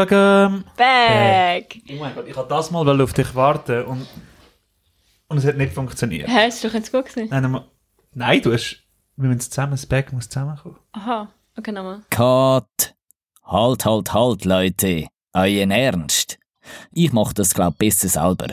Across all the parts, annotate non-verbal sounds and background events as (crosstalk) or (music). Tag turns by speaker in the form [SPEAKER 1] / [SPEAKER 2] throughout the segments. [SPEAKER 1] Welcome
[SPEAKER 2] Back!
[SPEAKER 1] Oh mein Gott, ich habe das mal auf dich warten und, und es hat nicht funktioniert.
[SPEAKER 2] Hä, ist doch jetzt gut gewesen.
[SPEAKER 1] Nein, einmal- nein du hast... Wir müssen zusammen, das Back muss zusammenkommen.
[SPEAKER 2] Aha, okay, nochmal.
[SPEAKER 3] Cut! Halt, halt, halt, Leute! Euren Ernst! Ich mach das, glaub besser selber.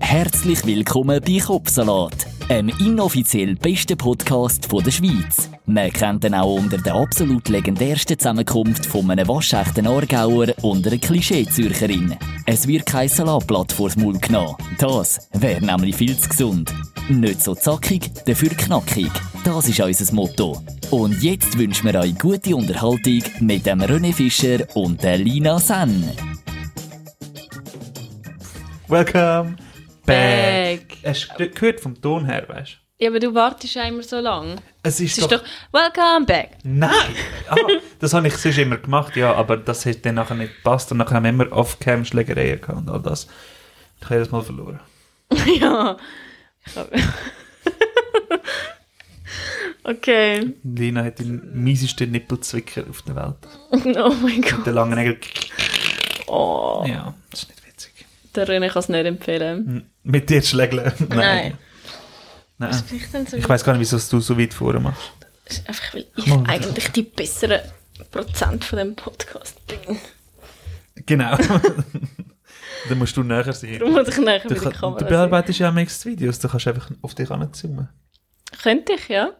[SPEAKER 3] Herzlich willkommen bei Kopfsalat, einem inoffiziell besten Podcast von der Schweiz. Man kennt ihn auch unter der absolut legendärsten Zusammenkunft von einem waschechten Aargauer und einer Klischee-Zürcherin. Es wird kein Salatblatt vors Maul genommen. Das wäre nämlich viel zu gesund. Nicht so zackig, dafür knackig. Das ist unser Motto. Und jetzt wünschen wir euch gute Unterhaltung mit dem René Fischer und der Lina Sen.
[SPEAKER 1] Welcome back.
[SPEAKER 2] Back.
[SPEAKER 1] Hast du ge- gehört vom Ton her, weißt du?
[SPEAKER 2] Ja, aber du wartest ja immer so lange.
[SPEAKER 1] Es ist,
[SPEAKER 2] Es ist doch Welcome back! (laughs)
[SPEAKER 1] (laughs) Nein! Ah, das habe ich sonst immer gemacht, ja, aber das hat dann nachher nicht gepasst und nachher haben wir immer Off-Cam-Schlägereien gehabt und all das. Ich habe jedes Mal verloren.
[SPEAKER 2] ja. Ich hab- (laughs) okay. (laughs)
[SPEAKER 1] Lina hat den miesesten Nippelzwicker auf der Welt.
[SPEAKER 2] Oh mein
[SPEAKER 1] Mit
[SPEAKER 2] Gott.
[SPEAKER 1] den langen Nägeln.
[SPEAKER 2] Oh,
[SPEAKER 1] Ja, das ist nicht witzig.
[SPEAKER 2] der René kann es nicht empfehlen.
[SPEAKER 1] Hm, Mit dir schlägeln? (laughs)
[SPEAKER 2] Nein.
[SPEAKER 1] Nein.
[SPEAKER 2] Was bin ich denn so
[SPEAKER 1] Ich weiß gar nicht, wieso du so weit vorne machst.
[SPEAKER 2] Ist Einfach weil ich
[SPEAKER 1] Mann.
[SPEAKER 2] eigentlich die besseren Prozent von dem Podcast bin.
[SPEAKER 1] Genau. (laughs) Dann musst du näher sein.
[SPEAKER 2] (laughs) Darum muss ich nachher
[SPEAKER 1] Du,
[SPEAKER 2] mit
[SPEAKER 1] kann- du
[SPEAKER 2] der
[SPEAKER 1] halt
[SPEAKER 2] Kamera sein.
[SPEAKER 1] bearbeitest ja am nächsten Videos, du kannst einfach auf dich anzoomen.
[SPEAKER 2] Könnte ich, ja?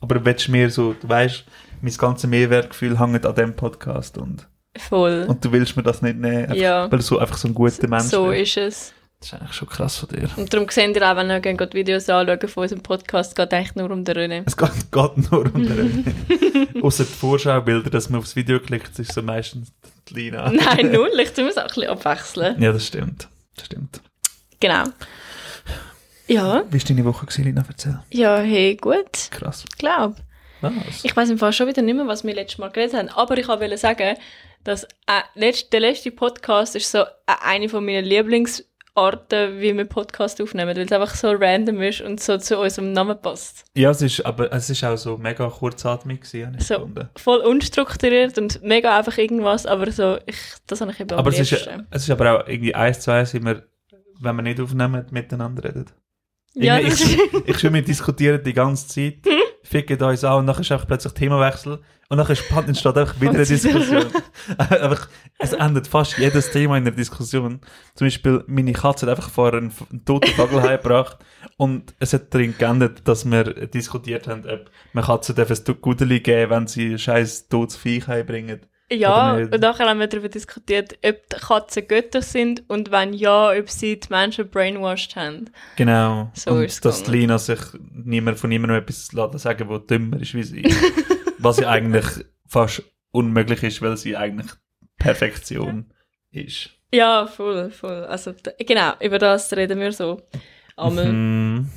[SPEAKER 1] Aber willst du mir so, du weißt, mein ganzes Mehrwertgefühl hängt an diesem Podcast und,
[SPEAKER 2] Voll.
[SPEAKER 1] und du willst mir das nicht nehmen, einfach,
[SPEAKER 2] Ja.
[SPEAKER 1] weil du so einfach so ein guter Mensch
[SPEAKER 2] So
[SPEAKER 1] bist.
[SPEAKER 2] ist es.
[SPEAKER 1] Das ist eigentlich schon krass von dir.
[SPEAKER 2] Und darum seht ihr auch, wenn ihr geht die Videos anschauen von unserem Podcast, geht eigentlich nur um den René. (laughs)
[SPEAKER 1] Es geht, geht nur um den Außer die Vorschaubilder, dass man aufs Video klickt, das ist so meistens die Lina.
[SPEAKER 2] Nein, null. Ich tue es auch ein bisschen abwechseln.
[SPEAKER 1] Ja, das stimmt. Das stimmt.
[SPEAKER 2] Genau. Ja,
[SPEAKER 1] Wie war deine Woche, gewesen, Lina? Erzähl.
[SPEAKER 2] ja, hey, gut.
[SPEAKER 1] Krass.
[SPEAKER 2] Glaub.
[SPEAKER 1] Was?
[SPEAKER 2] Ich weiß im Fall schon wieder nicht mehr, was wir letztes Mal geredet haben. Aber ich wollte sagen, dass äh, letzt, der letzte Podcast ist so äh, eine von meinen Lieblingsarten, wie wir Podcast aufnehmen, weil es einfach so random ist und so zu unserem Namen passt.
[SPEAKER 1] Ja, es ist, aber es ist auch so mega kurzatmig gewesen, habe ich
[SPEAKER 2] So
[SPEAKER 1] gefunden.
[SPEAKER 2] voll unstrukturiert und mega einfach irgendwas, aber so, ich, das habe ich eben am
[SPEAKER 1] Aber es ist,
[SPEAKER 2] liebsten.
[SPEAKER 1] es ist aber auch irgendwie eins zu eins, wie wir, wenn wir nicht aufnehmen, miteinander reden.
[SPEAKER 2] Ja,
[SPEAKER 1] Irgendwie,
[SPEAKER 2] das
[SPEAKER 1] ich,
[SPEAKER 2] ist
[SPEAKER 1] ich schwöre, wir diskutieren die ganze
[SPEAKER 2] (laughs)
[SPEAKER 1] Zeit, ficken uns an und nachher ist einfach plötzlich Themawechsel und nachher ist-
[SPEAKER 2] (laughs)
[SPEAKER 1] entsteht einfach wieder eine
[SPEAKER 2] Was ist-
[SPEAKER 1] Diskussion. (laughs) einfach, es endet fast jedes Thema in der Diskussion. Zum Beispiel, meine Katze hat einfach vorher einen, f- einen toten Vogel (laughs) heimgebracht und es hat darin geändert, dass wir diskutiert haben, ob man Katze darf ein Gudeli geben, wenn sie scheiß totes Viech heimbringen.
[SPEAKER 2] Ja,
[SPEAKER 1] Oder nicht?
[SPEAKER 2] und nachher haben wir darüber diskutiert, ob die Katzen Götter sind und wenn ja, ob sie die Menschen brainwashed haben.
[SPEAKER 1] Genau.
[SPEAKER 2] So
[SPEAKER 1] und
[SPEAKER 2] ist's
[SPEAKER 1] dass die
[SPEAKER 2] gegangen.
[SPEAKER 1] Lina sich niemand von niemandem etwas lassen sagen, wo dümmer ist wie
[SPEAKER 2] (laughs)
[SPEAKER 1] sie. Was ja eigentlich fast unmöglich ist, weil sie eigentlich Perfektion ist.
[SPEAKER 2] Ja, voll, voll. Also, d- genau, über das reden wir so. Einmal.
[SPEAKER 1] Mhm.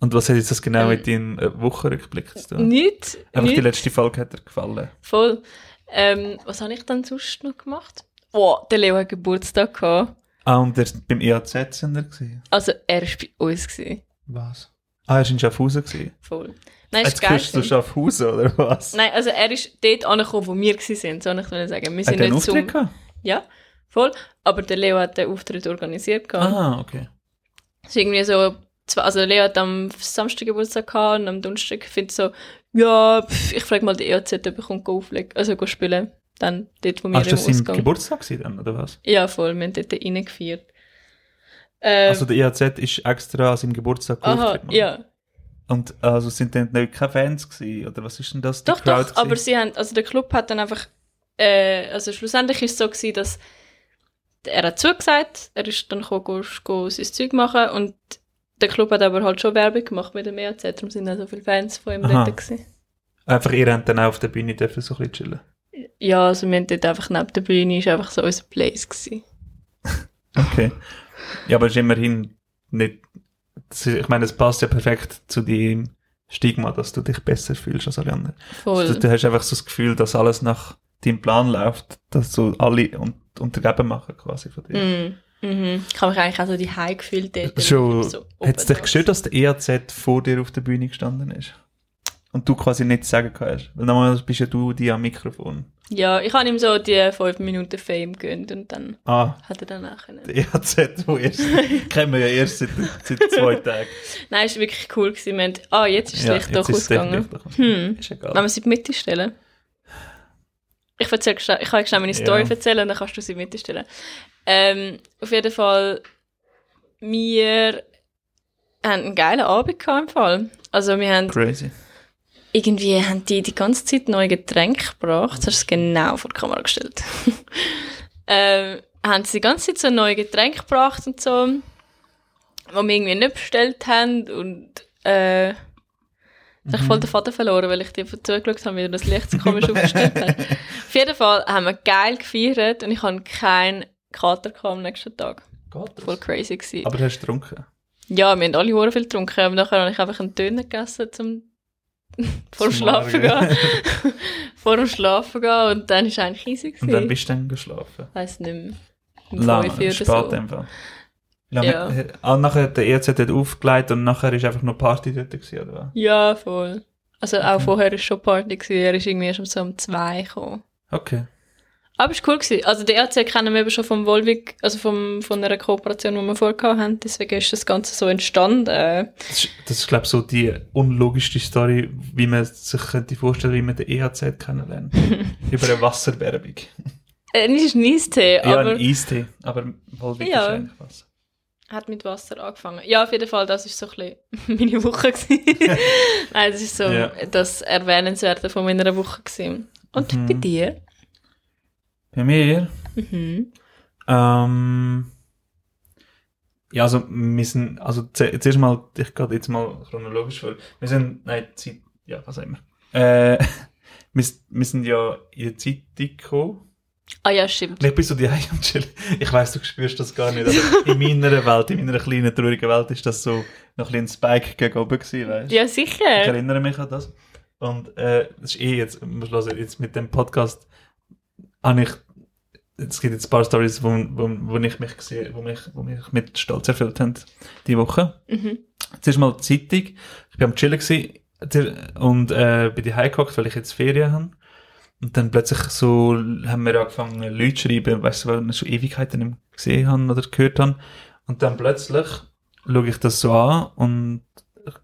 [SPEAKER 1] Und was hat jetzt das genau
[SPEAKER 2] Ähm,
[SPEAKER 1] mit deinem äh, Wochenrückblick zu tun?
[SPEAKER 2] Nicht,
[SPEAKER 1] Einfach die
[SPEAKER 2] nicht
[SPEAKER 1] letzte Folge hat dir gefallen.
[SPEAKER 2] voll. Ähm, was habe ich dann sonst noch gemacht? Oh, der Leo hat Geburtstag gehabt.
[SPEAKER 1] Ah, und er war beim IAZ-Sender. gewesen.
[SPEAKER 2] Also, er war bei uns. Gewesen.
[SPEAKER 1] Was? Ah, er war in Schaffhausen. Gewesen.
[SPEAKER 2] Voll. Nein, ist
[SPEAKER 1] Jetzt
[SPEAKER 2] geil.
[SPEAKER 1] gehst du zu
[SPEAKER 2] gewesen.
[SPEAKER 1] Schaffhausen, oder was?
[SPEAKER 2] Nein, also, er ist dort angekommen, wo wir waren, so ich will sagen.
[SPEAKER 1] Hat
[SPEAKER 2] Wir sind
[SPEAKER 1] er einen
[SPEAKER 2] nicht
[SPEAKER 1] Auftritt
[SPEAKER 2] zum.
[SPEAKER 1] gehabt?
[SPEAKER 2] Ja, voll. Aber der Leo hat den Auftritt organisiert gehabt.
[SPEAKER 1] Ah, okay.
[SPEAKER 2] Es ist irgendwie so, zwei- also Lea hat am Samstag Geburtstag gehabt und am Donnerstag findet so, ja, pff, ich frage mal die EAZ, ob ich komme auflegen, also go spielen. Dann dort, wo wir
[SPEAKER 1] Ah, ist das
[SPEAKER 2] im
[SPEAKER 1] sein
[SPEAKER 2] Ausgang...
[SPEAKER 1] Geburtstag gewesen dann, oder was?
[SPEAKER 2] ja, voll, wir haben dort reingefeiert. Ähm,
[SPEAKER 1] Also der IAZ ist extra an seinem Geburtstag
[SPEAKER 2] aha,
[SPEAKER 1] Auftritt gemacht.
[SPEAKER 2] ja.
[SPEAKER 1] Und also sind dann nicht keine Fans gewesen, oder was ist denn das? die
[SPEAKER 2] Doch,
[SPEAKER 1] Crowd
[SPEAKER 2] doch, aber
[SPEAKER 1] gewesen?
[SPEAKER 2] sie haben, also der Club hat dann einfach, äh, also schlussendlich ist es so gewesen, dass er hat zugesagt, er ist dann gekommen, go, go sein Zeug machen und der Club hat aber halt schon Werbung gemacht mit dem EAZ, darum sind dann so viele Fans von ihm
[SPEAKER 1] Aha.
[SPEAKER 2] dort gewesen.
[SPEAKER 1] Einfach ihr habt dann auch auf der Bühne dürfen so ein bisschen chillen.
[SPEAKER 2] Ja, also wir haben dort einfach neben der Bühne, ist einfach so unser Place gewesen.
[SPEAKER 1] Okay. ja, aber es ist immerhin nicht... das ist- Ich meine, es passt ja perfekt zu deinem Stigma, dass du dich besser fühlst als alle anderen. Du,
[SPEAKER 2] Voll.
[SPEAKER 1] du hast einfach so das Gefühl, dass alles nach deinem Plan läuft, dass so alle un untergeben machen quasi von dir.
[SPEAKER 2] Mm, mhm. Ich habe mich eigentlich auch so die High gefühlt dort.
[SPEAKER 1] Schon,
[SPEAKER 2] So
[SPEAKER 1] hat es dich
[SPEAKER 2] oben
[SPEAKER 1] E gestört, dass der EAZ vor dir auf der Bühne gestanden ist?
[SPEAKER 2] drauf.
[SPEAKER 1] und du quasi nicht sagen kannst. Weil normalerweise bist ja du die am Mikrofon.
[SPEAKER 2] Ja, ich habe ihm so die 5 Minuten Fame gegönnt und dann
[SPEAKER 1] Ah,
[SPEAKER 2] hat er danach können.
[SPEAKER 1] die EAZ, wo
[SPEAKER 2] (laughs)
[SPEAKER 1] erst, kennen wir ja erst seit, seit zwei Tagen.
[SPEAKER 2] Nein, es war wirklich cool. Gewesen. Wir haben, ah, jetzt ist es schlecht doch
[SPEAKER 1] jetzt ist es
[SPEAKER 2] ausgegangen.
[SPEAKER 1] schlecht doch.
[SPEAKER 2] Hm.
[SPEAKER 1] Ist
[SPEAKER 2] Wenn
[SPEAKER 1] egal.
[SPEAKER 2] wir sie in die Mitte stellen. Ich, erzähl, gschn- ich kann euch schnell meine Story
[SPEAKER 1] Ja.
[SPEAKER 2] erzählen und dann kannst du sie in die Mitte stellen. Ähm, auf jeden Fall, wir haben einen geilen Abend gehabt im Fall. Also wir haben
[SPEAKER 1] Crazy.
[SPEAKER 2] irgendwie haben die die ganze Zeit neue Getränke gebracht. Das hast du es genau vor die Kamera gestellt. (laughs) ähm, haben sie die ganze Zeit so neue Getränke gebracht und so, wo wir irgendwie nicht bestellt haben und äh, jetzt habe ich voll
[SPEAKER 1] Mhm.
[SPEAKER 2] den Faden verloren, weil ich dir zugeschaut habe, wie du das Licht so komisch aufgestellt hast. Auf jeden Fall haben wir geil gefeiert und ich hatte keinen Kater gehabt am nächsten Tag.
[SPEAKER 1] Geht das?
[SPEAKER 2] Voll crazy gewesen.
[SPEAKER 1] Aber du hast getrunken.
[SPEAKER 2] Ja, wir haben alle hure viel getrunken, aber nachher habe ich einfach einen Döner gegessen, zum (laughs) vor
[SPEAKER 1] Zum
[SPEAKER 2] dem Schlafen
[SPEAKER 1] Morgen.
[SPEAKER 2] gehen. vor dem Schlafen gehen und dann ist eigentlich easy gewesen.
[SPEAKER 1] Und dann bist du dann geschlafen.
[SPEAKER 2] ich weiss nicht mehr. Um
[SPEAKER 1] Lang,
[SPEAKER 2] fünf Uhr oder
[SPEAKER 1] spät
[SPEAKER 2] so.
[SPEAKER 1] einfach. Lange,
[SPEAKER 2] Ja.
[SPEAKER 1] äh, ah, nachher hat der EZ hat aufgelegt und nachher ist einfach nur Party dort gewesen, oder was?
[SPEAKER 2] Ja, voll. Also auch vorher war schon Party, gewesen. er ist irgendwie schon so um zwei gekommen.
[SPEAKER 1] Okay.
[SPEAKER 2] Aber es war cool. Gewesen. Also die RC kennen wir eben schon vom Volvic, also vom, von einer Kooperation, die wir vorgehabt haben, deswegen ist das Ganze so entstanden. Äh,
[SPEAKER 1] Das ist, das ist glaube ich, so die unlogischste Story, wie man sich könnte vorstellen, wie man den EHZ
[SPEAKER 2] (laughs)
[SPEAKER 1] kennenlernt. Über eine Wasserwerbung.
[SPEAKER 2] äh, nicht ist nice Tee,
[SPEAKER 1] Ja,
[SPEAKER 2] aber...
[SPEAKER 1] ein Eistee, aber wohl wirklich
[SPEAKER 2] Ja.
[SPEAKER 1] eigentlich was.
[SPEAKER 2] hat mit Wasser angefangen. Ja, auf jeden Fall, das ist so ein bisschen (laughs) meine
[SPEAKER 1] (laughs)
[SPEAKER 2] Woche gewesen. Nein, das ist so
[SPEAKER 1] Ja.
[SPEAKER 2] das Erwähnenswerte von meiner Woche gewesen. Und
[SPEAKER 1] Mhm.
[SPEAKER 2] bei dir?
[SPEAKER 1] Bei mir,
[SPEAKER 2] Mhm.
[SPEAKER 1] ähm, ja, also, wir sind, also, zu- zuerst mal, ich gehe jetzt mal chronologisch vor. Wir sind, nein, Zeit, ja, was auch immer. Äh, (laughs) wir, wir sind ja in der Zeitung gekommen.
[SPEAKER 2] Ah ja, stimmt.
[SPEAKER 1] Und ich bin so die am Chillen. Ich weiss, du spürst das gar nicht, aber in meiner Welt, in meiner kleinen, traurigen Welt, ist das so noch ein bisschen ein Spike gegen oben gewesen, weißt du?
[SPEAKER 2] Ja,
[SPEAKER 1] Ich
[SPEAKER 2] sicher.
[SPEAKER 1] erinnere mich an das. Und äh, das ist eh jetzt, muss hören, jetzt mit dem Podcast habe ich, es gibt jetzt ein paar Stories, wo, wo, wo ich mich gesehen, wo mich, wo mich mit Stolz erfüllt haben, die Woche.
[SPEAKER 2] Mhm.
[SPEAKER 1] Zuerst mal die Zeitung. Ich war am Chillen gewesen, zuer- und äh, bin die heimgehockt, weil ich jetzt Ferien habe. Und dann plötzlich so haben wir angefangen, Leute zu schreiben, weißt du, weil wir schon Ewigkeiten nicht mehr gesehen haben oder gehört haben. Und dann plötzlich schaue ich das so an und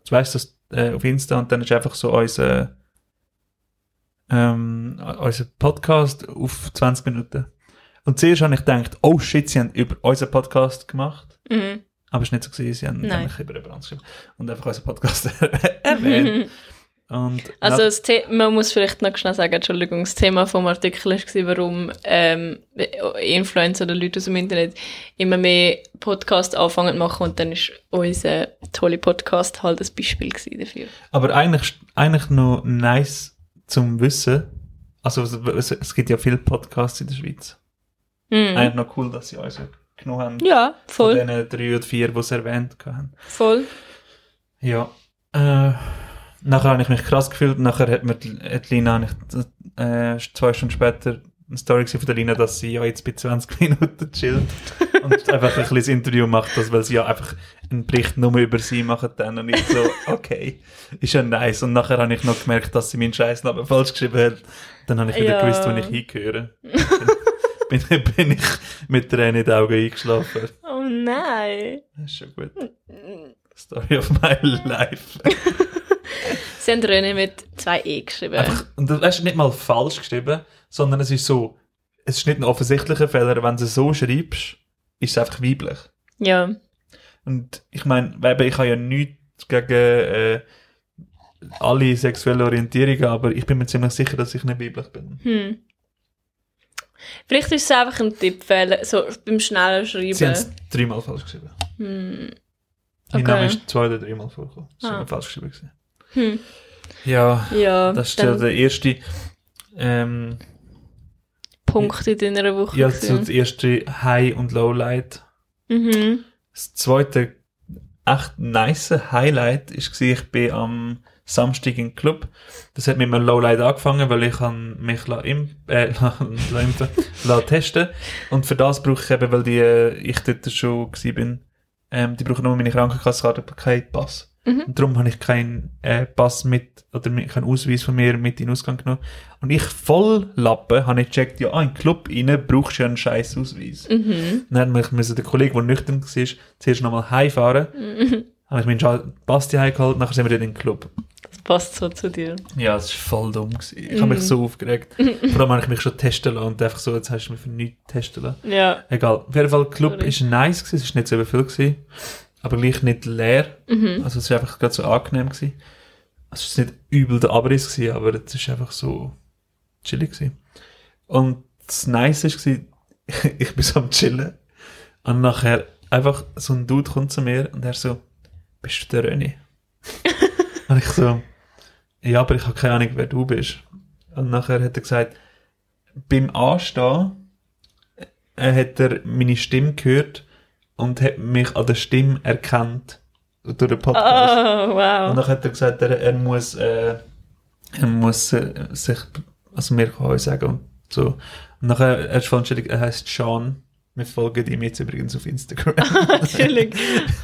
[SPEAKER 1] ich weiss das äh, auf Insta und dann ist einfach so unser, ähm, unser Podcast auf 20 Minuten. Und zuerst habe ich gedacht, oh shit, sie haben über unseren Podcast gemacht.
[SPEAKER 2] Mhm.
[SPEAKER 1] Aber es war nicht so, gewesen. sie haben
[SPEAKER 2] Nein.
[SPEAKER 1] nämlich über den Brand geschrieben und einfach unseren Podcast (laughs) erwähnt.
[SPEAKER 2] (laughs)
[SPEAKER 1] Und
[SPEAKER 2] Also
[SPEAKER 1] na,
[SPEAKER 2] das The man muss vielleicht noch schnell sagen, Entschuldigung, das Thema vom Artikel war, warum ähm, Influencer oder Leute aus dem Internet immer mehr Podcasts anfangen zu machen und dann ist unser toller Podcast halt ein Beispiel gewesen dafür.
[SPEAKER 1] aber eigentlich, eigentlich noch nice zum Wissen. Also es, es, es gibt ja viele Podcasts in der Schweiz.
[SPEAKER 2] Mhm.
[SPEAKER 1] Eigentlich noch cool, dass sie uns genommen haben.
[SPEAKER 2] Ja,
[SPEAKER 1] Von
[SPEAKER 2] voll,
[SPEAKER 1] diesen drei oder vier, die sie erwähnt haben.
[SPEAKER 2] voll.
[SPEAKER 1] Ja. Äh, nachher habe ich mich krass gefühlt. Nachher hat mir die, hat Lina habe ich, äh, zwei Stunden später eine Story gesehen von der Lina, dass sie ja jetzt bei 20 (laughs) Minuten chillt und einfach ein kleines Interview macht, das, weil sie ja einfach einen Bericht nur über sie machen dann und ich so, okay, ist ja nice. Und nachher habe ich noch gemerkt, dass sie meinen Scheißnamen falsch geschrieben hat. Dann habe ich wieder
[SPEAKER 2] Ja.
[SPEAKER 1] gewusst, wo ich hingehöre. (laughs) bin, bin ich mit Tränen in den Augen eingeschlafen.
[SPEAKER 2] Oh nein.
[SPEAKER 1] Das ist schon gut. Story of my life.
[SPEAKER 2] Sie haben René mit zwei E geschrieben.
[SPEAKER 1] Einfach, und das hast du nicht mal falsch geschrieben, sondern es ist so, es ist nicht ein offensichtlicher Fehler, wenn du es so schreibst, ist es einfach weiblich.
[SPEAKER 2] Ja.
[SPEAKER 1] Und ich meine, weil ich habe ja nichts gegen äh, alle sexuellen Orientierungen, aber ich bin mir ziemlich sicher, dass ich nicht weiblich bin.
[SPEAKER 2] Hm. Vielleicht ist es einfach ein Tippfehler, so beim schnellen
[SPEAKER 1] Sie haben
[SPEAKER 2] Schreiben.
[SPEAKER 1] es dreimal falsch geschrieben.
[SPEAKER 2] Hm.
[SPEAKER 1] Mein
[SPEAKER 2] Okay.
[SPEAKER 1] Name ist zwei oder dreimal vorgekommen. Das ist
[SPEAKER 2] Ah.
[SPEAKER 1] immer falsch geschrieben. gewesen.
[SPEAKER 2] Hm.
[SPEAKER 1] Ja,
[SPEAKER 2] Ja,
[SPEAKER 1] das ist ja
[SPEAKER 2] dann
[SPEAKER 1] der erste. Ähm,
[SPEAKER 2] Punkt in deiner Woche.
[SPEAKER 1] ja, so
[SPEAKER 2] gewesen.
[SPEAKER 1] das erste High- und Lowlight.
[SPEAKER 2] mhm.
[SPEAKER 1] Das zweite echt nice Highlight war, ich bin am Samstag im Club. Das hat mit einem Lowlight angefangen, weil ich han mich la imp äh, (laughs) la la impfen, la testen Und für das brauche ich eben, weil die, äh, ich dort schon gsi bin, ähm, die brauchen nur meine Krankenkassenkarte, aber keinen Pass.
[SPEAKER 2] Mhm.
[SPEAKER 1] Und darum habe ich keinen äh, Pass mit, oder mit- keinen Ausweis von mir mit in den Ausgang genommen. Und ich voll Lappen habe ich gecheckt, ja, ah, in den Club rein brauchst du ja einen scheiß Ausweis.
[SPEAKER 2] Mhm.
[SPEAKER 1] Dann musste ich den Kollegen, der nüchtern war, zuerst nochmal heimfahren. Habe ich meinen Scha- Basti heimgeholt, nachher sind wir dann in den Club.
[SPEAKER 2] Das passt so zu dir.
[SPEAKER 1] Ja, es war voll dumm. Gewesen. Ich habe mich so aufgeregt. Vor allem habe ich mich schon testen lassen und einfach so, jetzt hast du mich für nichts testen lassen.
[SPEAKER 2] Ja.
[SPEAKER 1] Egal. Auf jeden Fall, der Club
[SPEAKER 2] Sorry.
[SPEAKER 1] ist nice, gewesen. es war nicht so viel, gewesen, aber gleich nicht leer.
[SPEAKER 2] Mhm.
[SPEAKER 1] Also es war einfach gerade so angenehm. Gewesen. Also es war nicht übel der Abriss, gewesen, aber es war einfach so chillig. Gewesen. Und das Nice war, (laughs) ich bin so am Chillen und nachher einfach so ein Dude kommt zu mir und er so, bist du der René? und ich so, ja, aber ich habe keine Ahnung, wer du bist. Und nachher hat er gesagt, beim Anstehen äh, hat er meine Stimme gehört und hat mich an der Stimme erkannt durch den Podcast.
[SPEAKER 2] Oh,
[SPEAKER 1] Und
[SPEAKER 2] wow.
[SPEAKER 1] dann hat er gesagt, er, er muss, äh, er muss äh, sich, also mir kann ich sagen und so. Und nachher, er ist voll chillig, er heißt Sean. Wir folgen ihm jetzt übrigens auf Instagram. (laughs)
[SPEAKER 2] Natürlich.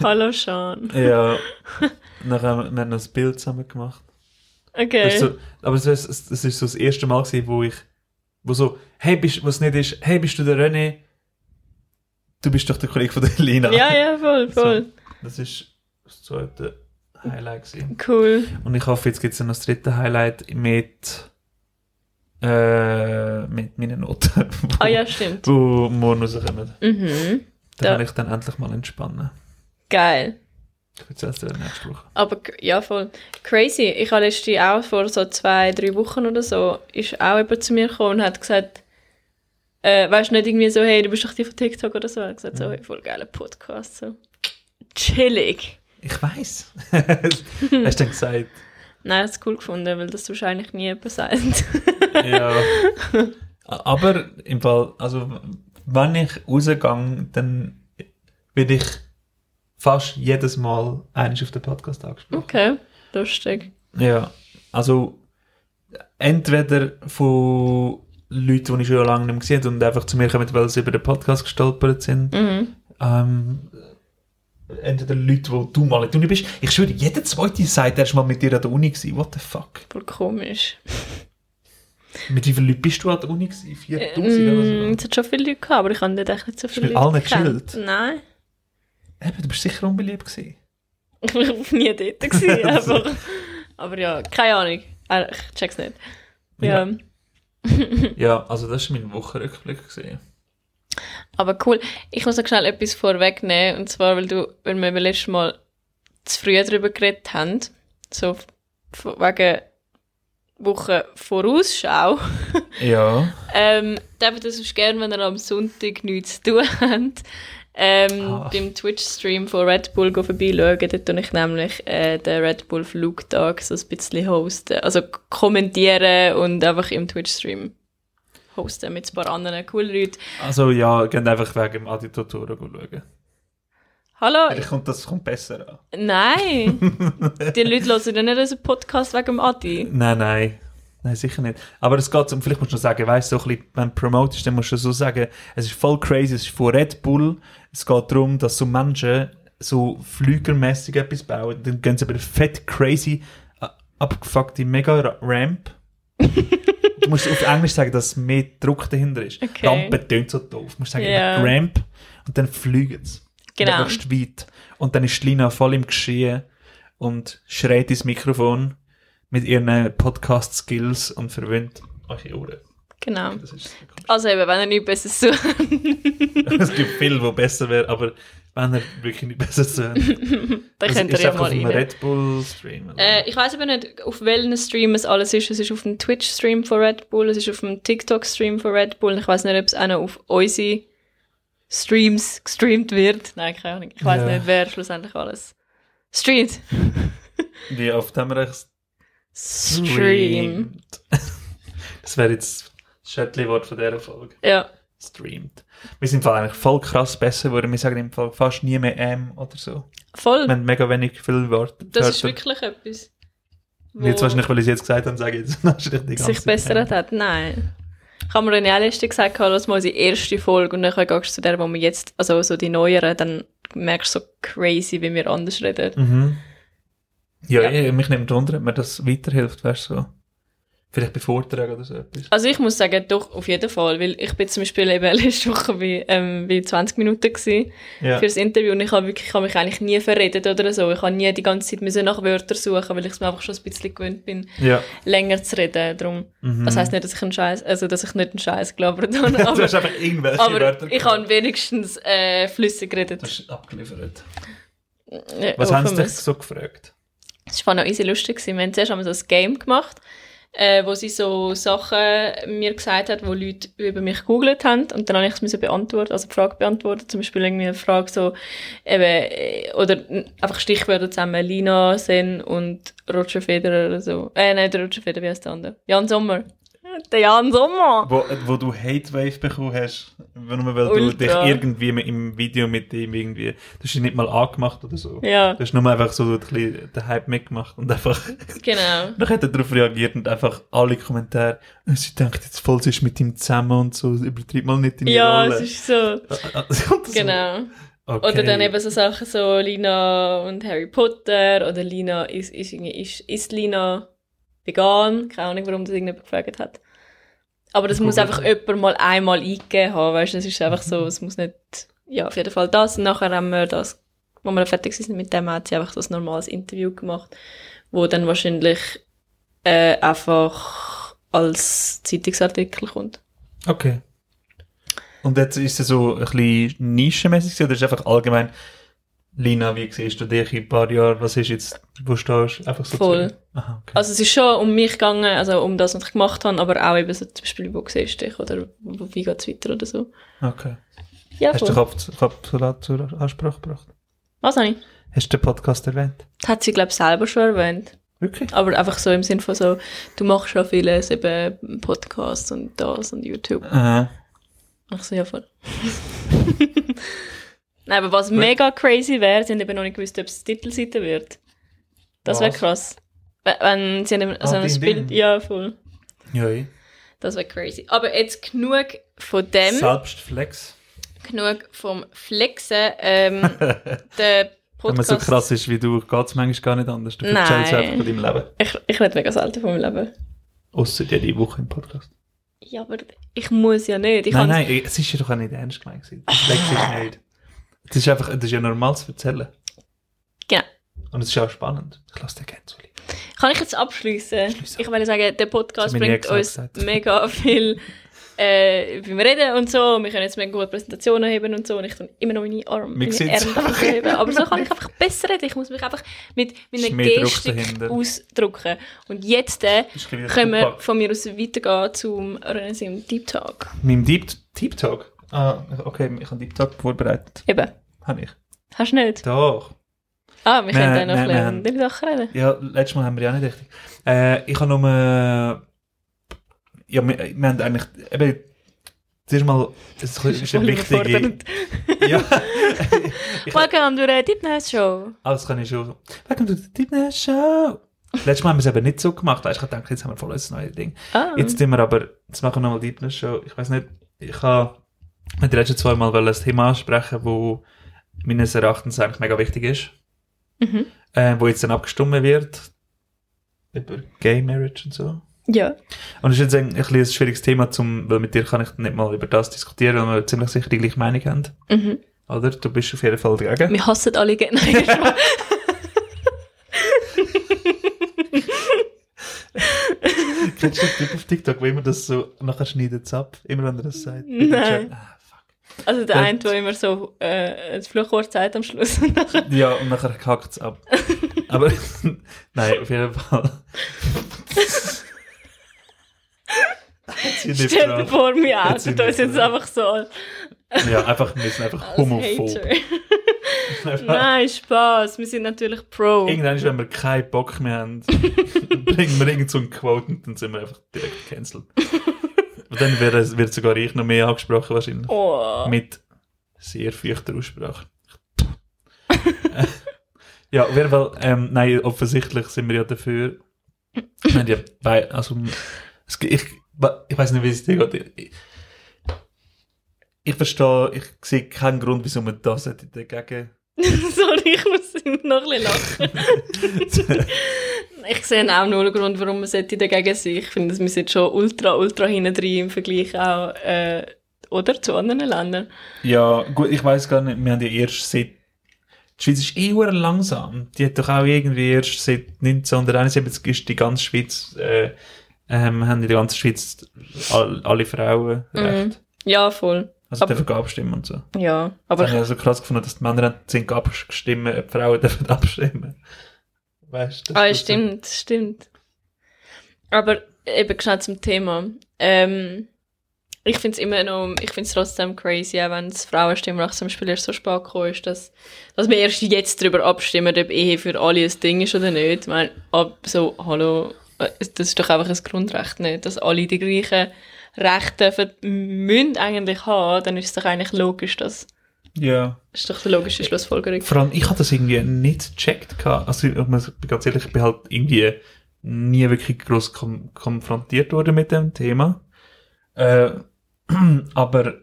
[SPEAKER 2] Hallo, Sean.
[SPEAKER 1] ja. (laughs) Nachher, wir haben noch ein Bild zusammen gemacht. Das
[SPEAKER 2] Okay.
[SPEAKER 1] ist so, aber es ist, es ist so das erste Mal gewesen, wo ich, wo so, hey, bist, was nicht ist, hey, bist du der René? Du bist doch der Kollege von der Lina. (laughs)
[SPEAKER 2] ja, ja, voll, voll.
[SPEAKER 1] Das ist das zweite Highlight gewesen.
[SPEAKER 2] Cool.
[SPEAKER 1] Und ich hoffe, jetzt gibt es noch das dritte Highlight mit, äh, mit meinen Noten, (laughs) wo,
[SPEAKER 2] Ah, ja, stimmt.
[SPEAKER 1] wo morgen rauskommen.
[SPEAKER 2] Mhm.
[SPEAKER 1] Da
[SPEAKER 2] Ja.
[SPEAKER 1] kann ich dann endlich mal entspannen.
[SPEAKER 2] Geil.
[SPEAKER 1] Ich würde es dann nächste Woche.
[SPEAKER 2] Aber k- ja, voll. Crazy. Ich habe letzte auch vor so zwei, drei Wochen oder so, ist auch jemand zu mir gekommen und hat gesagt, äh, weißt du nicht irgendwie so, hey, du bist doch die von TikTok oder so. Er hat gesagt, so, hey, voll geiler Podcast. So. Chillig.
[SPEAKER 1] Ich
[SPEAKER 2] (laughs)
[SPEAKER 1] weiß. (laughs) Hast du dann gesagt?
[SPEAKER 2] Nein, das cool gefunden, weil das wahrscheinlich nie jemand sagt. (laughs)
[SPEAKER 1] ja. A- Aber im Fall, also w- wenn ich rausgehe, dann werde ich fast jedes Mal eines auf den Podcast angesprochen.
[SPEAKER 2] okay, lustig.
[SPEAKER 1] Ja, also entweder von Leuten, die ich schon lange nicht mehr gesehen habe und einfach zu mir kommen, weil sie über den Podcast gestolpert sind.
[SPEAKER 2] Mhm.
[SPEAKER 1] Ähm, entweder Leute, wo du mal in der Uni bist. Ich schwöre, jeder zweite sagt, er ist mal mit dir an der Uni gewesen. What the fuck?
[SPEAKER 2] Voll komisch.
[SPEAKER 1] Mit wie vielen Leuten bist du an der Uni gewesen? 4000
[SPEAKER 2] Mm,
[SPEAKER 1] oder
[SPEAKER 2] Es hat schon viele Leute gehabt, aber ich habe dort echt nicht so viele
[SPEAKER 1] mit allen
[SPEAKER 2] gekannt.
[SPEAKER 1] gechillt?
[SPEAKER 2] Nein. (laughs)
[SPEAKER 1] so? Eben, du bist sicher unbeliebt gewesen.
[SPEAKER 2] Ich war nie
[SPEAKER 1] (laughs)
[SPEAKER 2] dort. Gewesen, aber, aber ja, keine Ahnung. Äh, Ich check's nicht. Ja.
[SPEAKER 1] Ja, also das war mein Wochenrückblick. Gewesen.
[SPEAKER 2] Aber cool. Ich muss noch schnell etwas vorwegnehmen. Und zwar, weil, du, weil wir beim letzten Mal zu früh darüber geredet haben. So f- f- wegen Woche Vorausschau.
[SPEAKER 1] Ja.
[SPEAKER 2] Ähm, dürft das sonst gerne, wenn ihr am Sonntag nichts zu tun habt, ähm,
[SPEAKER 1] Ah.
[SPEAKER 2] beim Twitch-Stream von Red Bull gehen vorbeischauen. Dort tue ich nämlich äh, den Red Bull Flugtag so ein bisschen hosten. Also k- kommentieren und einfach im Twitch-Stream hosten mit ein paar anderen coolen Leuten.
[SPEAKER 1] Also ja, geht einfach wegen dem Additor schauen.
[SPEAKER 2] Hallo?
[SPEAKER 1] Vielleicht kommt das kommt besser an. (laughs)
[SPEAKER 2] Nein! Die Leute hören ja nicht unseren Podcast wegen dem Adi.
[SPEAKER 1] Nein, nein. Nein, sicher nicht. Aber es geht um, vielleicht musst du noch sagen, weißt du, so ein bisschen, wenn du promotest, dann musst du so sagen, es ist voll crazy, es ist von Red Bull. Es geht darum, dass so Menschen so flügermäßig etwas bauen. Dann gehen sie aber fett crazy, äh, abgefuckte
[SPEAKER 2] (laughs)
[SPEAKER 1] Mega-Ramp. du musst auf Englisch sagen, dass mehr Druck dahinter ist.
[SPEAKER 2] Okay.
[SPEAKER 1] Rampe tönt so doof. Du musst sagen,
[SPEAKER 2] Ja.
[SPEAKER 1] Ramp und dann fliegen sie.
[SPEAKER 2] Genau.
[SPEAKER 1] Möglichst weit. Und dann ist Lina voll im Geschehen und schreit ins Mikrofon mit ihren Podcast-Skills und verwöhnt eure Ohren.
[SPEAKER 2] Genau.
[SPEAKER 1] Das ist
[SPEAKER 2] Also eben, wenn ihr nichts Besseres sucht, (laughs)
[SPEAKER 1] es gibt viel, wo besser wäre, aber wenn er wirklich nicht besser zu
[SPEAKER 2] (laughs)
[SPEAKER 1] hören.
[SPEAKER 2] dann könnt ihr ja mal
[SPEAKER 1] auf einem
[SPEAKER 2] rein.
[SPEAKER 1] Red Bull Stream. oder?
[SPEAKER 2] Äh, ich weiß aber nicht, auf welchen Stream es alles ist. Es ist auf dem Twitch-Stream von Red Bull, es ist auf dem TikTok-Stream von Red Bull. Ich weiß nicht, ob es auch noch auf unsere Streams gestreamt wird. Nein, keine Ahnung. Ich weiß
[SPEAKER 1] Ja.
[SPEAKER 2] nicht, wer schlussendlich alles streamt.
[SPEAKER 1] Wie auf dem rechts
[SPEAKER 2] Stream.
[SPEAKER 1] (laughs) das wäre jetzt das Schöttli-Wort von dieser Folge.
[SPEAKER 2] Ja,
[SPEAKER 1] Streamt. Wir sind im Fall eigentlich voll krass besser geworden. Wir sagen im Fall fast nie mehr M oder so.
[SPEAKER 2] voll.
[SPEAKER 1] Wir haben mega wenig viele Wörter.
[SPEAKER 2] Das ist wirklich etwas.
[SPEAKER 1] Und Jetzt wahrscheinlich, weil ich es jetzt gesagt habe, sage ich jetzt (laughs) wahrscheinlich die ganze
[SPEAKER 2] sich bessert hat. Nein. Ich habe mir dann auch letztens gesagt, lass mal unsere erste Folge und dann gehst du zu der, wo wir jetzt, also so die neueren, dann merkst du so crazy, wie wir anders reden.
[SPEAKER 1] Mhm. Ja,
[SPEAKER 2] Ja.
[SPEAKER 1] eh, mich nimmt wunder, ob mir das weiterhilft, weißt du, so. Vielleicht bei Vorträgen oder so etwas.
[SPEAKER 2] Also ich muss sagen, doch, auf jeden Fall, weil ich bin zum Beispiel eben (laughs) letzte Woche bei, ähm, bei 20 Minuten gewesen
[SPEAKER 1] Ja.
[SPEAKER 2] für das Interview und ich habe wirklich, ich habe mich eigentlich nie verredet oder so. Ich habe nie die ganze Zeit müssen nach Wörtern suchen, weil ich es mir einfach schon ein bisschen gewöhnt bin,
[SPEAKER 1] ja.
[SPEAKER 2] länger zu reden. Drum.
[SPEAKER 1] Mhm.
[SPEAKER 2] Das heisst nicht, dass ich einen Scheiß, also dass ich nicht einen
[SPEAKER 1] (laughs)
[SPEAKER 2] Scheiß gelabert habe,
[SPEAKER 1] du
[SPEAKER 2] aber,
[SPEAKER 1] hast einfach irgendwelche Wörter
[SPEAKER 2] aber ich
[SPEAKER 1] gehabt.
[SPEAKER 2] habe wenigstens äh, flüssig geredet.
[SPEAKER 1] Du hast abgeliefert.
[SPEAKER 2] Äh,
[SPEAKER 1] Was haben sie
[SPEAKER 2] hoffen wir
[SPEAKER 1] dich
[SPEAKER 2] es.
[SPEAKER 1] so gefragt?
[SPEAKER 2] Es war noch easy lustig. gewesen. Wir haben zuerst einmal so ein Game gemacht, äh, wo sie so Sachen mir gesagt hat, wo Leute über mich gegoogelt haben. Und dann habe ich es müssen beantworten, also die Frage beantworten. Zum Beispiel irgendwie eine Frage so, eben, äh, oder n- einfach Stichwörter zusammen. Lina, Sen und Roger Federer oder so. Äh, nein, der Roger Federer, wie heißt der andere? Jan Sommer. Der Jan Sommer!
[SPEAKER 1] Wo, wo du Hatewave bekommen hast, nur weil du
[SPEAKER 2] Ultra.
[SPEAKER 1] dich irgendwie im- im Video mit ihm irgendwie, du hast ihn nicht mal angemacht oder so.
[SPEAKER 2] Ja,
[SPEAKER 1] Du hast nur einfach so ein bisschen den Hype mitgemacht und einfach,
[SPEAKER 2] genau.
[SPEAKER 1] dann hat er darauf reagiert und einfach alle Kommentare, «Äh, sie denkt jetzt voll, sie ist mit ihm zusammen und so, übertreib mal nicht in die
[SPEAKER 2] Ja, es
[SPEAKER 1] Rolle. Äh,
[SPEAKER 2] ist so.
[SPEAKER 1] (laughs) ist,
[SPEAKER 2] Genau.
[SPEAKER 1] Okay.
[SPEAKER 2] Oder dann eben so Sachen so Lina und Harry Potter oder Lina ist, ist, irgendwie- ist, ist Lina vegan? Keine Ahnung, warum das irgendjemand gefragt hat. Aber das muss
[SPEAKER 1] Google.
[SPEAKER 2] einfach jemand mal einmal eingegeben haben, weißt du, das ist einfach so, es muss nicht, ja, auf jeden Fall das. Und nachher haben wir das, wo wir fertig sind mit dem, hat sie einfach so ein normales Interview gemacht, wo dann wahrscheinlich äh, einfach als Zeitungsartikel kommt.
[SPEAKER 1] Okay. Und jetzt ist es so ein bisschen nischenmäßig gewesen, oder ist es einfach allgemein, Lina, wie siehst du dich in ein paar Jahren, was ist jetzt, wo stehst du? Einfach so
[SPEAKER 2] Voll.
[SPEAKER 1] zu- Aha, okay.
[SPEAKER 2] Also es ist schon um mich gegangen, also um das, was ich gemacht habe, aber auch eben so zum Beispiel, wo siehst du dich oder wo- wie geht es weiter oder so.
[SPEAKER 1] okay.
[SPEAKER 2] Ja,
[SPEAKER 1] Hast du den
[SPEAKER 2] voll.
[SPEAKER 1] Kopf- Kopfsalat zur Ansprache gebracht?
[SPEAKER 2] Was habe ich?
[SPEAKER 1] Hast du den Podcast erwähnt?
[SPEAKER 2] Das hat sie, glaube ich, selber schon erwähnt.
[SPEAKER 1] Wirklich?
[SPEAKER 2] Aber einfach so im Sinn von so, du machst schon vieles, eben Podcasts und das und YouTube.
[SPEAKER 1] Aha.
[SPEAKER 2] Ich so, ja voll. (laughs) Nein, aber was mega crazy wäre, sie haben eben noch nicht gewusst, ob es Titelseite wird. Das wäre
[SPEAKER 1] Was?
[SPEAKER 2] krass. Wenn- Wenn sie haben eben- also
[SPEAKER 1] Ah,
[SPEAKER 2] ein
[SPEAKER 1] Ding,
[SPEAKER 2] Bild...
[SPEAKER 1] Ding.
[SPEAKER 2] Ja, voll.
[SPEAKER 1] Ja, ja.
[SPEAKER 2] Das wäre crazy. Aber jetzt genug von dem.
[SPEAKER 1] Selbstflex. (laughs)
[SPEAKER 2] genug vom Flexen. Ähm, der
[SPEAKER 1] Wenn man
[SPEAKER 2] Podcast.
[SPEAKER 1] so krass ist wie du, geht es manchmal gar nicht anders. Du
[SPEAKER 2] Nein.
[SPEAKER 1] erzählst einfach von deinem Leben.
[SPEAKER 2] Ich, ich rede mega selten vom Leben.
[SPEAKER 1] Ausser jede Woche im Podcast.
[SPEAKER 2] Ja, aber ich muss ja nicht. Ich
[SPEAKER 1] nein,
[SPEAKER 2] kann's-
[SPEAKER 1] nein, es ist ja doch auch nicht ernst gemeint. gewesen. Das Flex ist
[SPEAKER 2] (laughs)
[SPEAKER 1] nicht. Das ist einfach, das ist ja normal zu erzählen.
[SPEAKER 2] Genau.
[SPEAKER 1] Und es ist auch spannend. Ich lasse dir gerne zu.
[SPEAKER 2] Kann ich jetzt abschließen?
[SPEAKER 1] Schließ ab.
[SPEAKER 2] Ich will sagen, der
[SPEAKER 1] Das
[SPEAKER 2] Podcast
[SPEAKER 1] hab ich nie
[SPEAKER 2] bringt
[SPEAKER 1] gesagt,
[SPEAKER 2] uns
[SPEAKER 1] gesagt.
[SPEAKER 2] mega viel äh, beim Reden und so. Wir können jetzt mega gute Präsentationen heben und so. Und ich tue immer noch meine Arme,
[SPEAKER 1] Wir
[SPEAKER 2] meine
[SPEAKER 1] sieht's (laughs)
[SPEAKER 2] Ärmel
[SPEAKER 1] einfach
[SPEAKER 2] heben. Aber so kann ich einfach besser reden. Ich muss mich einfach mit meiner
[SPEAKER 1] Ist mehr Druck
[SPEAKER 2] Gestik
[SPEAKER 1] dahinter.
[SPEAKER 2] ausdrücken. Und jetzt äh,
[SPEAKER 1] Ist ein bisschen
[SPEAKER 2] können wir
[SPEAKER 1] Tupac.
[SPEAKER 2] von mir aus weitergehen zum Renesim Deep Talk.
[SPEAKER 1] Mein Deep, Deep Talk. Ah, okay, ich habe Deep Talk vorbereitet.
[SPEAKER 2] Eben.
[SPEAKER 1] Habe ich.
[SPEAKER 2] Hast du nicht?
[SPEAKER 1] Doch.
[SPEAKER 2] Ah,
[SPEAKER 1] Nein,
[SPEAKER 2] wir können dann noch
[SPEAKER 1] nein, wir
[SPEAKER 2] ein
[SPEAKER 1] haben-
[SPEAKER 2] bisschen über Sachen reden.
[SPEAKER 1] Ja, letztes Mal haben wir ja nicht richtig. Äh, ich habe nur. Äh, ja, wir, wir haben eigentlich. Eben, zuerst mal. Es ist, ist eine
[SPEAKER 2] Voll
[SPEAKER 1] wichtige.
[SPEAKER 2] überfordernd.
[SPEAKER 1] ja,
[SPEAKER 2] Welcome to the Deep Night Show.
[SPEAKER 1] (laughs) alles kann ich schon. Welcome to the Deepness Show! Letztes Mal haben wir es eben nicht so gemacht. Weißt, du, ich dachte, jetzt haben wir voll ein neues Ding.
[SPEAKER 2] Ah,
[SPEAKER 1] Jetzt sind wir aber. Jetzt machen wir nochmal Deepness Show. Ich weiß nicht. Ich habe mit den letzten zwei Mal wollen ein Thema ansprechen, wo meines Erachtens eigentlich mega wichtig ist.
[SPEAKER 2] Mhm.
[SPEAKER 1] Äh, wo jetzt dann abgestimmt wird. Über Gay Marriage und so.
[SPEAKER 2] ja.
[SPEAKER 1] Und es ist jetzt ein, ein, bisschen ein schwieriges Thema, zum, weil mit dir kann ich nicht mal über das diskutieren, weil wir ziemlich sicher die gleiche Meinung haben.
[SPEAKER 2] Mhm.
[SPEAKER 1] Oder? Du bist auf jeden Fall dagegen.
[SPEAKER 2] Wir hassen
[SPEAKER 1] (laughs)
[SPEAKER 2] alle Ge- Nein, schon.
[SPEAKER 1] Kennst du den Typ auf TikTok, wo immer das so, nachher schneidet es ab, immer wenn er das sagt?
[SPEAKER 2] Nein.
[SPEAKER 1] Ah, fuck.
[SPEAKER 2] Also der
[SPEAKER 1] Gut.
[SPEAKER 2] eine, der immer so äh, das Fluchwort sagt am Schluss.
[SPEAKER 1] Ja, und nachher kackt es
[SPEAKER 2] (laughs)
[SPEAKER 1] ab. Aber, (laughs) nein, auf jeden Fall. Jetzt hier die
[SPEAKER 2] Stell
[SPEAKER 1] Frage.
[SPEAKER 2] dir vor, wir
[SPEAKER 1] Jetzt
[SPEAKER 2] outen
[SPEAKER 1] sind wir
[SPEAKER 2] uns jetzt
[SPEAKER 1] dran.
[SPEAKER 2] einfach so als
[SPEAKER 1] Ja, einfach, wir sind einfach homophob.
[SPEAKER 2] Hater.
[SPEAKER 1] (laughs)
[SPEAKER 2] Nein, Spaß. Wir sind natürlich pro.
[SPEAKER 1] Irgendwann, wenn wir keinen Bock mehr
[SPEAKER 2] (laughs)
[SPEAKER 1] haben, bringen wir irgend so ein Quote und dann sind wir einfach direkt
[SPEAKER 2] (laughs)
[SPEAKER 1] gecancelt. und dann wird, wird sogar ich noch mehr angesprochen wahrscheinlich.
[SPEAKER 2] Oh.
[SPEAKER 1] Mit sehr feuchter Aussprache. (laughs) Äh, ja, auf jeden Fall, ähm, nein, offensichtlich sind wir ja dafür. Wir haben ja, bei, also, es, gibt- ich, ich weiß nicht, wie es dir geht. Ich, ich verstehe, ich sehe keinen Grund, wieso man da sollte dagegen
[SPEAKER 2] (laughs) Sorry, ich muss noch ein bisschen lachen. ich sehe auch nur einen Grund, warum man sollte dagegen sein Ich finde, wir sind schon ultra, ultra hinten drin im Vergleich auch, äh, oder? Zu anderen Ländern.
[SPEAKER 1] Ja, gut, ich weiß gar nicht, wir haben ja erst seit. Die Schweiz ist eh verdammt langsam. Die hat doch auch irgendwie erst seit 1971 ist die ganze Schweiz, äh, ähm, haben in der ganzen Schweiz all, alle Frauen recht.
[SPEAKER 2] Ja, voll.
[SPEAKER 1] Also
[SPEAKER 2] Mhm. Aber-
[SPEAKER 1] dürfen abstimmen und so.
[SPEAKER 2] Ja,
[SPEAKER 1] Das
[SPEAKER 2] aber
[SPEAKER 1] habe ich also krass gefunden, dass die Männer haben 10 abgestimmt, ob die Frauen (laughs) dürfen abstimmen. Weißt du? das
[SPEAKER 2] Ah, (laughs)
[SPEAKER 1] ist so-
[SPEAKER 2] stimmt, stimmt. Aber eben schnell zum Thema. Ähm, ich finde es immer noch, ich finde es trotzdem crazy, auch wenn das Frauenstimmrecht zum Beispiel erst so spät gekommen ist, dass, dass wir erst jetzt darüber abstimmen, ob Ehe für alle ein Ding ist oder nicht. Ich meine, ab so, hallo, äh, das ist doch einfach ein Grundrecht, nicht? Dass alle die gleichen Rechte dürfen, müssen eigentlich haben, dann ist es doch eigentlich logisch, dass,
[SPEAKER 1] Ja.
[SPEAKER 2] das ist doch die logische Schlussfolgerung.
[SPEAKER 1] Vor allem, ich habe das irgendwie nicht gecheckt. gehabt. Also, ich muss ganz ehrlich, ich bin halt irgendwie nie wirklich groß kom konfrontiert worden mit dem Thema. Äh, (clears throat) aber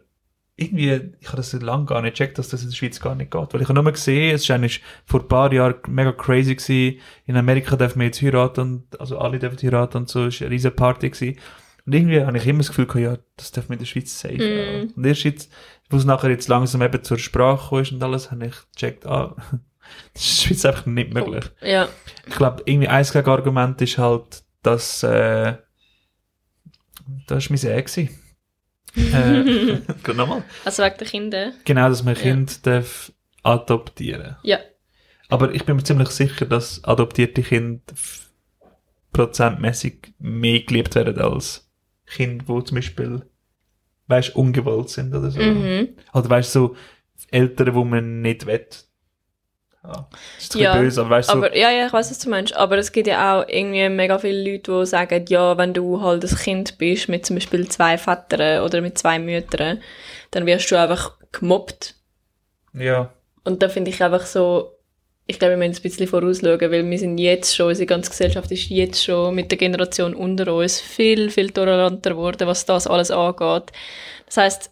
[SPEAKER 1] irgendwie, ich habe das seit langem gar nicht gecheckt, dass das in der Schweiz gar nicht geht. Weil ich habe nur gesehen, es ist eigentlich vor ein paar Jahren mega crazy gewesen. In Amerika dürfen wir jetzt heiraten, und, also alle dürfen heiraten und so, ist eine riesen Party gewesen. Und irgendwie habe ich immer das Gefühl gehabt, ja, das dürfen wir in der Schweiz safe.
[SPEAKER 2] Mm.
[SPEAKER 1] auch. Und erst jetzt, wo es nachher jetzt langsam eben zur Sprache gekommen ist und alles, habe ich gecheckt, ah, (laughs) das ist in der Schweiz einfach nicht möglich
[SPEAKER 2] Ja,
[SPEAKER 1] ich glaube, irgendwie ein Gegenargument ist halt, dass äh, das war mein Ehe. gewesen. äh, (laughs) gut, nochmal.
[SPEAKER 2] also wegen der Kinder.
[SPEAKER 1] Genau, dass man
[SPEAKER 2] Ja.
[SPEAKER 1] Kind darf adoptieren
[SPEAKER 2] Ja.
[SPEAKER 1] Aber ich bin mir ziemlich sicher, dass adoptierte Kinder f- prozentmäßig mehr geliebt werden als Kinder, die zum Beispiel weißt, ungewollt sind oder so.
[SPEAKER 2] Mhm.
[SPEAKER 1] Oder weißt so Eltern, die man nicht will. Ja, das ist ein
[SPEAKER 2] Ja,
[SPEAKER 1] bisschen böse, aber weißt du, so,
[SPEAKER 2] Aber, ja, ja, ich weiß, was du meinst. Aber es gibt ja auch irgendwie mega viele Leute, die sagen, ja, wenn du halt ein Kind bist mit zum Beispiel zwei Vätern oder mit zwei Müttern, dann wirst du einfach gemobbt.
[SPEAKER 1] ja.
[SPEAKER 2] Und da finde ich einfach so, ich glaube, wir müssen ein bisschen vorausschauen, weil wir sind jetzt schon, unsere ganze Gesellschaft ist jetzt schon mit der Generation unter uns viel, viel toleranter geworden, was das alles angeht. Das heißt,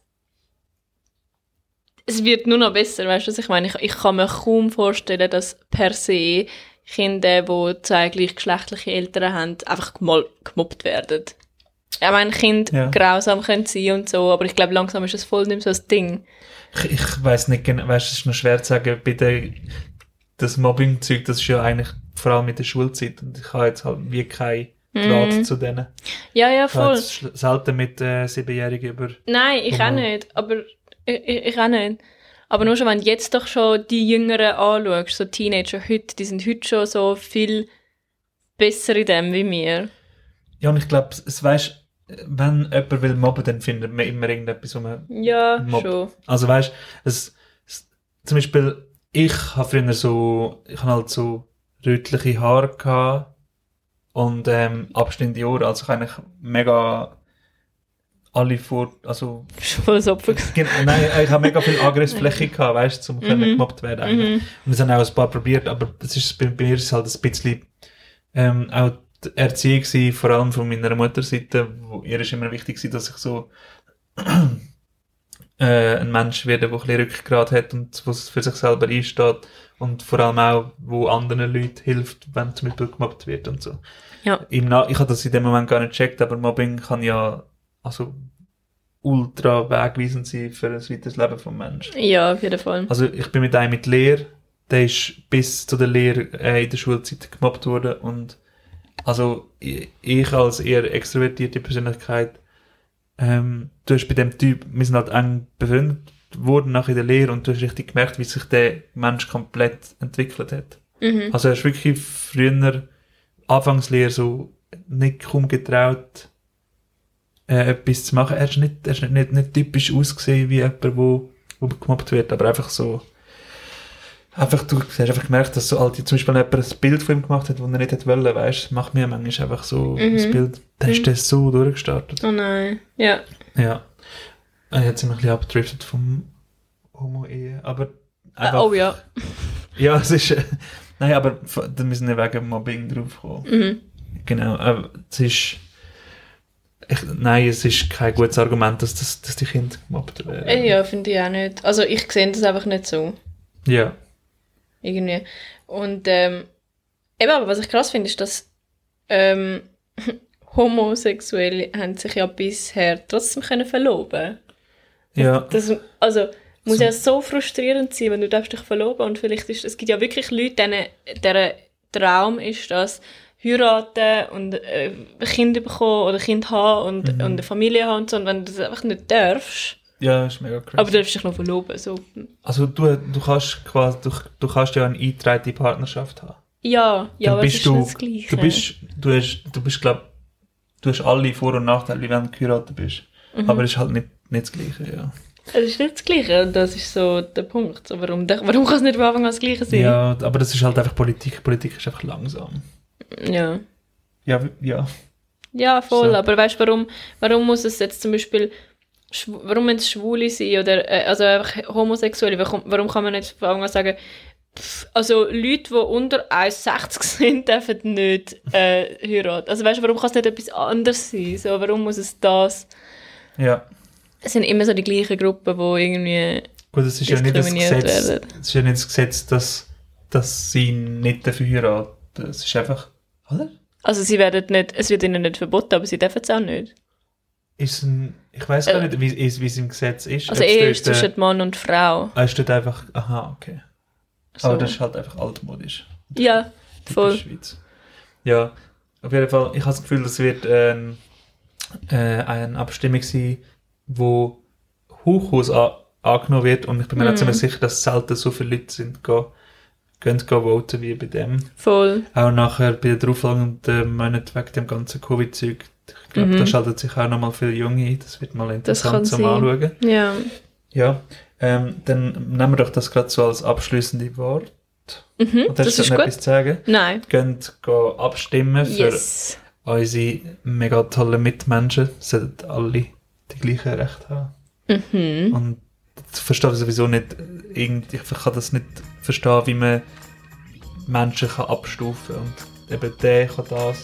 [SPEAKER 2] es wird nur noch besser, weißt du was ich meine? Ich, ich kann mir kaum vorstellen, dass per se Kinder, die zwei gleichgeschlechtliche Eltern haben, einfach gemol- gemobbt werden. Ich meine, Kinder
[SPEAKER 1] Ja.
[SPEAKER 2] grausam können sein und so, aber ich glaube, langsam ist es voll nicht mehr so ein Ding.
[SPEAKER 1] Ich, ich weiß nicht genau, weißt, es ist noch schwer zu sagen, bei der, das Mobbing-Zeug, das ist ja eigentlich vor allem mit der Schulzeit und ich habe jetzt halt wie kein Draht
[SPEAKER 2] Mhm.
[SPEAKER 1] zu denen.
[SPEAKER 2] Ja, ja,
[SPEAKER 1] Ich habe
[SPEAKER 2] voll.
[SPEAKER 1] jetzt schl- selten mit äh, Siebenjährigen über...
[SPEAKER 2] Nein, ich auch
[SPEAKER 1] Normal.
[SPEAKER 2] nicht. Aber ich, ich, ich auch nicht. Aber nur schon, wenn du jetzt doch schon die Jüngeren anschaust, so Teenager heute, die sind heute schon so viel besser in dem wie wir.
[SPEAKER 1] Ja, und ich glaube, es weißt, wenn jemand will mobben, dann findet man immer irgendetwas, wo man
[SPEAKER 2] Ja,
[SPEAKER 1] Mob.
[SPEAKER 2] schon.
[SPEAKER 1] Also weißt es, es, zum Beispiel, ich habe früher so, ich habe halt so rötliche Haare gehabt und ähm, abstehende Ohren, also ich habe eigentlich mega alle vor, also
[SPEAKER 2] Schon voll das Opfer. gewesen.
[SPEAKER 1] Gen- Genau, Nein, ich habe mega viel Angriffsfläche gehabt, weißt du, um können gemobbt werden. eigentlich. Und es haben auch ein paar probiert, aber es ist, bei, bei mir ist es halt ein bisschen ähm, auch die Erziehung, gewesen, vor allem von meiner Mutterseite, wo ihr ist immer wichtig gewesen, dass ich so (clears throat) äh, ein Mensch werde, der ein bisschen Rückgrat hat und wo es für sich selber einsteht und vor allem auch, wo anderen Leuten hilft, wenn zum Beispiel gemobbt wird und so.
[SPEAKER 2] Ja.
[SPEAKER 1] Im Na ich habe das in dem Moment gar nicht gecheckt, aber Mobbing kann ja also ultra wegweisend sein für ein weiteres Leben des Menschen.
[SPEAKER 2] Ja, auf jeden Fall.
[SPEAKER 1] Also ich bin mit einem mit Lehre, der ist bis zu der Lehre äh, in der Schulzeit gemobbt worden und also ich, ich als eher extrovertierte Persönlichkeit, ähm, du hast bei dem Typ, wir sind halt eng befreundet worden nach in der Lehre und du hast richtig gemerkt, wie sich der Mensch komplett entwickelt hat.
[SPEAKER 2] Mhm.
[SPEAKER 1] Also er ist wirklich früher Anfangslehre so nicht kaum getraut, äh, etwas zu machen. Er ist nicht, er ist nicht, nicht, nicht typisch ausgesehen wie jemand, wo, wo gemobbt wird, aber einfach so einfach, du hast einfach gemerkt, dass so alte, zum Beispiel jemand ein Bild von ihm gemacht hat, das er nicht hätte wollen, weißt, das macht mir manchmal einfach so ein Bild. Dann ist das so durchgestartet.
[SPEAKER 2] Oh nein. Ja.
[SPEAKER 1] Ja. Ah, Er hat ziemlich abgedriftet vom Homo-Ehe, aber
[SPEAKER 2] Äh,
[SPEAKER 1] einfach-
[SPEAKER 2] oh ja.
[SPEAKER 1] ja, es ist. Äh, nein, aber f- da müssen wir wegen Mobbing draufkommen.
[SPEAKER 2] Mhm.
[SPEAKER 1] Genau. Äh, es ist. Ich, nein, es ist kein gutes Argument, dass, dass, dass die Kinder gemobbt werden.
[SPEAKER 2] Äh, Ja, finde ich auch nicht. Also ich sehe das einfach nicht so.
[SPEAKER 1] Ja.
[SPEAKER 2] Irgendwie. Und ähm, eben, aber was ich krass finde, ist, dass ähm, (laughs) Homosexuelle haben sich ja bisher trotzdem können verloben
[SPEAKER 1] Ja.
[SPEAKER 2] das, Also muss
[SPEAKER 1] So-
[SPEAKER 2] ja so frustrierend sein, wenn du darfst dich verloben und vielleicht ist es gibt ja wirklich Leute, denen, deren Traum ist das, heiraten und äh, Kinder bekommen oder Kind haben und,
[SPEAKER 1] Mhm.
[SPEAKER 2] und eine Familie haben und so und wenn du das einfach nicht darfst,
[SPEAKER 1] ja, ist mega crazy.
[SPEAKER 2] aber du darfst dich noch verloben, so.
[SPEAKER 1] also du, du, kannst quasi, du, du kannst ja eine eingetragene Partnerschaft haben.
[SPEAKER 2] Ja, ja,
[SPEAKER 1] Dann
[SPEAKER 2] aber es ist
[SPEAKER 1] du,
[SPEAKER 2] nicht das Gleiche.
[SPEAKER 1] du bist, du hast, du bist, glaub, du hast alle Vor- und Nachteile, wenn du geheiratet bist.
[SPEAKER 2] Mhm.
[SPEAKER 1] Aber es ist halt nicht, nicht das Gleiche, ja.
[SPEAKER 2] Es ist nicht das Gleiche und das ist so der Punkt. So, warum, warum kann es nicht von Anfang an das Gleiche sein?
[SPEAKER 1] Ja, aber das ist halt einfach Politik. Politik ist einfach langsam.
[SPEAKER 2] ja.
[SPEAKER 1] Ja, w- ja.
[SPEAKER 2] Ja, voll.
[SPEAKER 1] So.
[SPEAKER 2] Aber weißt du, warum, warum muss es jetzt zum Beispiel, schw- warum müssen es Schwule sein oder äh, also einfach Homosexuelle? Warum, warum kann man nicht von Anfang an sagen, pff, also Leute, die unter 1,60 sind, (laughs) dürfen nicht äh, heiraten? Also weißt du, warum kann es nicht etwas anderes sein? So, warum muss es das?
[SPEAKER 1] Ja.
[SPEAKER 2] Es sind immer so die gleichen Gruppen, die irgendwie.
[SPEAKER 1] Gut, es ist ja nicht das
[SPEAKER 2] Diskriminiert
[SPEAKER 1] Gesetz,
[SPEAKER 2] werden.
[SPEAKER 1] es ist ja nicht das Gesetz dass, dass sie nicht dafür heiraten. Es ist einfach, oder?
[SPEAKER 2] Also sie werden nicht, es wird ihnen nicht verboten, aber sie dürfen es auch nicht.
[SPEAKER 1] Ist ein, ich weiß gar
[SPEAKER 2] Äh.
[SPEAKER 1] nicht, wie es wie es im Gesetz ist.
[SPEAKER 2] Also
[SPEAKER 1] Ob's
[SPEAKER 2] Ehe
[SPEAKER 1] dort,
[SPEAKER 2] ist zwischen Mann und Frau.
[SPEAKER 1] äh, es steht einfach, aha, okay.
[SPEAKER 2] So.
[SPEAKER 1] Aber das ist halt einfach altmodisch.
[SPEAKER 2] ja,
[SPEAKER 1] Typisch
[SPEAKER 2] voll.
[SPEAKER 1] Schweiz. Ja, auf jeden Fall, ich habe das Gefühl, das wird ähm, äh, eine Abstimmung sein, wo Hochhaus an, angenommen wird und ich bin mir
[SPEAKER 2] Mm.
[SPEAKER 1] nicht ziemlich sicher, dass selten so viele Leute sind, gehen, gehen, gehen voten wie bei dem.
[SPEAKER 2] Voll.
[SPEAKER 1] Auch nachher bei den drauffolgenden Monaten wegen dem ganzen Covid-Zeug. Ich glaube,
[SPEAKER 2] Mhm.
[SPEAKER 1] da schaltet sich auch nochmal viel Junge ein. Das wird mal
[SPEAKER 2] kann
[SPEAKER 1] interessant zum
[SPEAKER 2] sein.
[SPEAKER 1] Anschauen.
[SPEAKER 2] Ja.
[SPEAKER 1] Ja, ähm, dann nehmen wir doch das gerade so als abschließende Wort.
[SPEAKER 2] Mhm,
[SPEAKER 1] Und
[SPEAKER 2] das
[SPEAKER 1] hast du
[SPEAKER 2] ist
[SPEAKER 1] noch
[SPEAKER 2] gut.
[SPEAKER 1] etwas zu sagen?
[SPEAKER 2] Nein.
[SPEAKER 1] Könnt go abstimmen für
[SPEAKER 2] Yes.
[SPEAKER 1] unsere mega tollen Mitmenschen. Sollten alle die gleichen Rechte haben.
[SPEAKER 2] Mhm.
[SPEAKER 1] Und das verstehe ich sowieso nicht. äh, Irgend, ich kann das nicht verstehen, wie man Menschen kann abstufen kann. Und eben der kann das,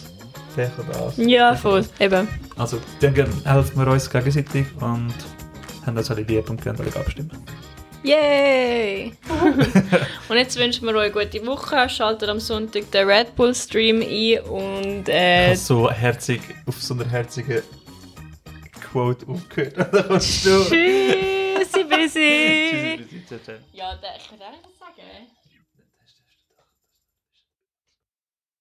[SPEAKER 1] der kann das.
[SPEAKER 2] Ja,
[SPEAKER 1] der kann
[SPEAKER 2] voll. Eben.
[SPEAKER 1] das. Also dann gehen- helfen wir uns gegenseitig und haben uns alle lieb und können alle abstimmen.
[SPEAKER 2] Yay! und jetzt wünschen wir euch eine gute Woche. Schaltet am Sonntag den Red Bull Stream ein und
[SPEAKER 1] Ich
[SPEAKER 2] äh,
[SPEAKER 1] habe so herzig, auf so einer herzigen Quote aufgehört. (laughs) Da kommst du.
[SPEAKER 2] tschüssi,
[SPEAKER 1] Tschüssi,
[SPEAKER 2] busy.
[SPEAKER 1] Brigitte. Ciao, ciao.
[SPEAKER 2] ja, da, ich kann auch nicht sagen.